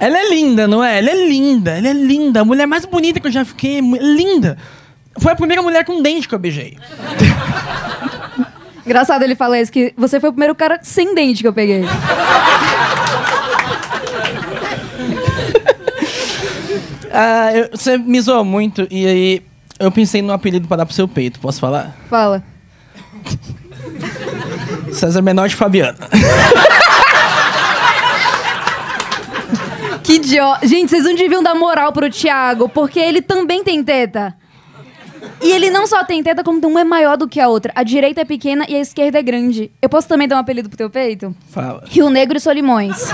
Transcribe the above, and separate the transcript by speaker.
Speaker 1: Ela é linda, não é? Ela é linda, ela é linda. A mulher mais bonita que eu já fiquei, mu- linda. Foi a primeira mulher com dente que eu beijei.
Speaker 2: Engraçado ele falar isso, que você foi o primeiro cara sem dente que eu peguei.
Speaker 1: Ah, eu- você me zoou muito e aí eu pensei num apelido pra dar pro seu peito, posso falar?
Speaker 2: Fala.
Speaker 1: César Menor de Fabiano.
Speaker 2: Que idiota. Gente, vocês não deviam dar moral pro Thiago, porque ele também tem teta. E ele não só tem teta, como uma é maior do que a outra. A direita é pequena e a esquerda é grande. Eu posso também dar um apelido pro teu peito?
Speaker 1: Fala.
Speaker 2: Rio Negro e Solimões.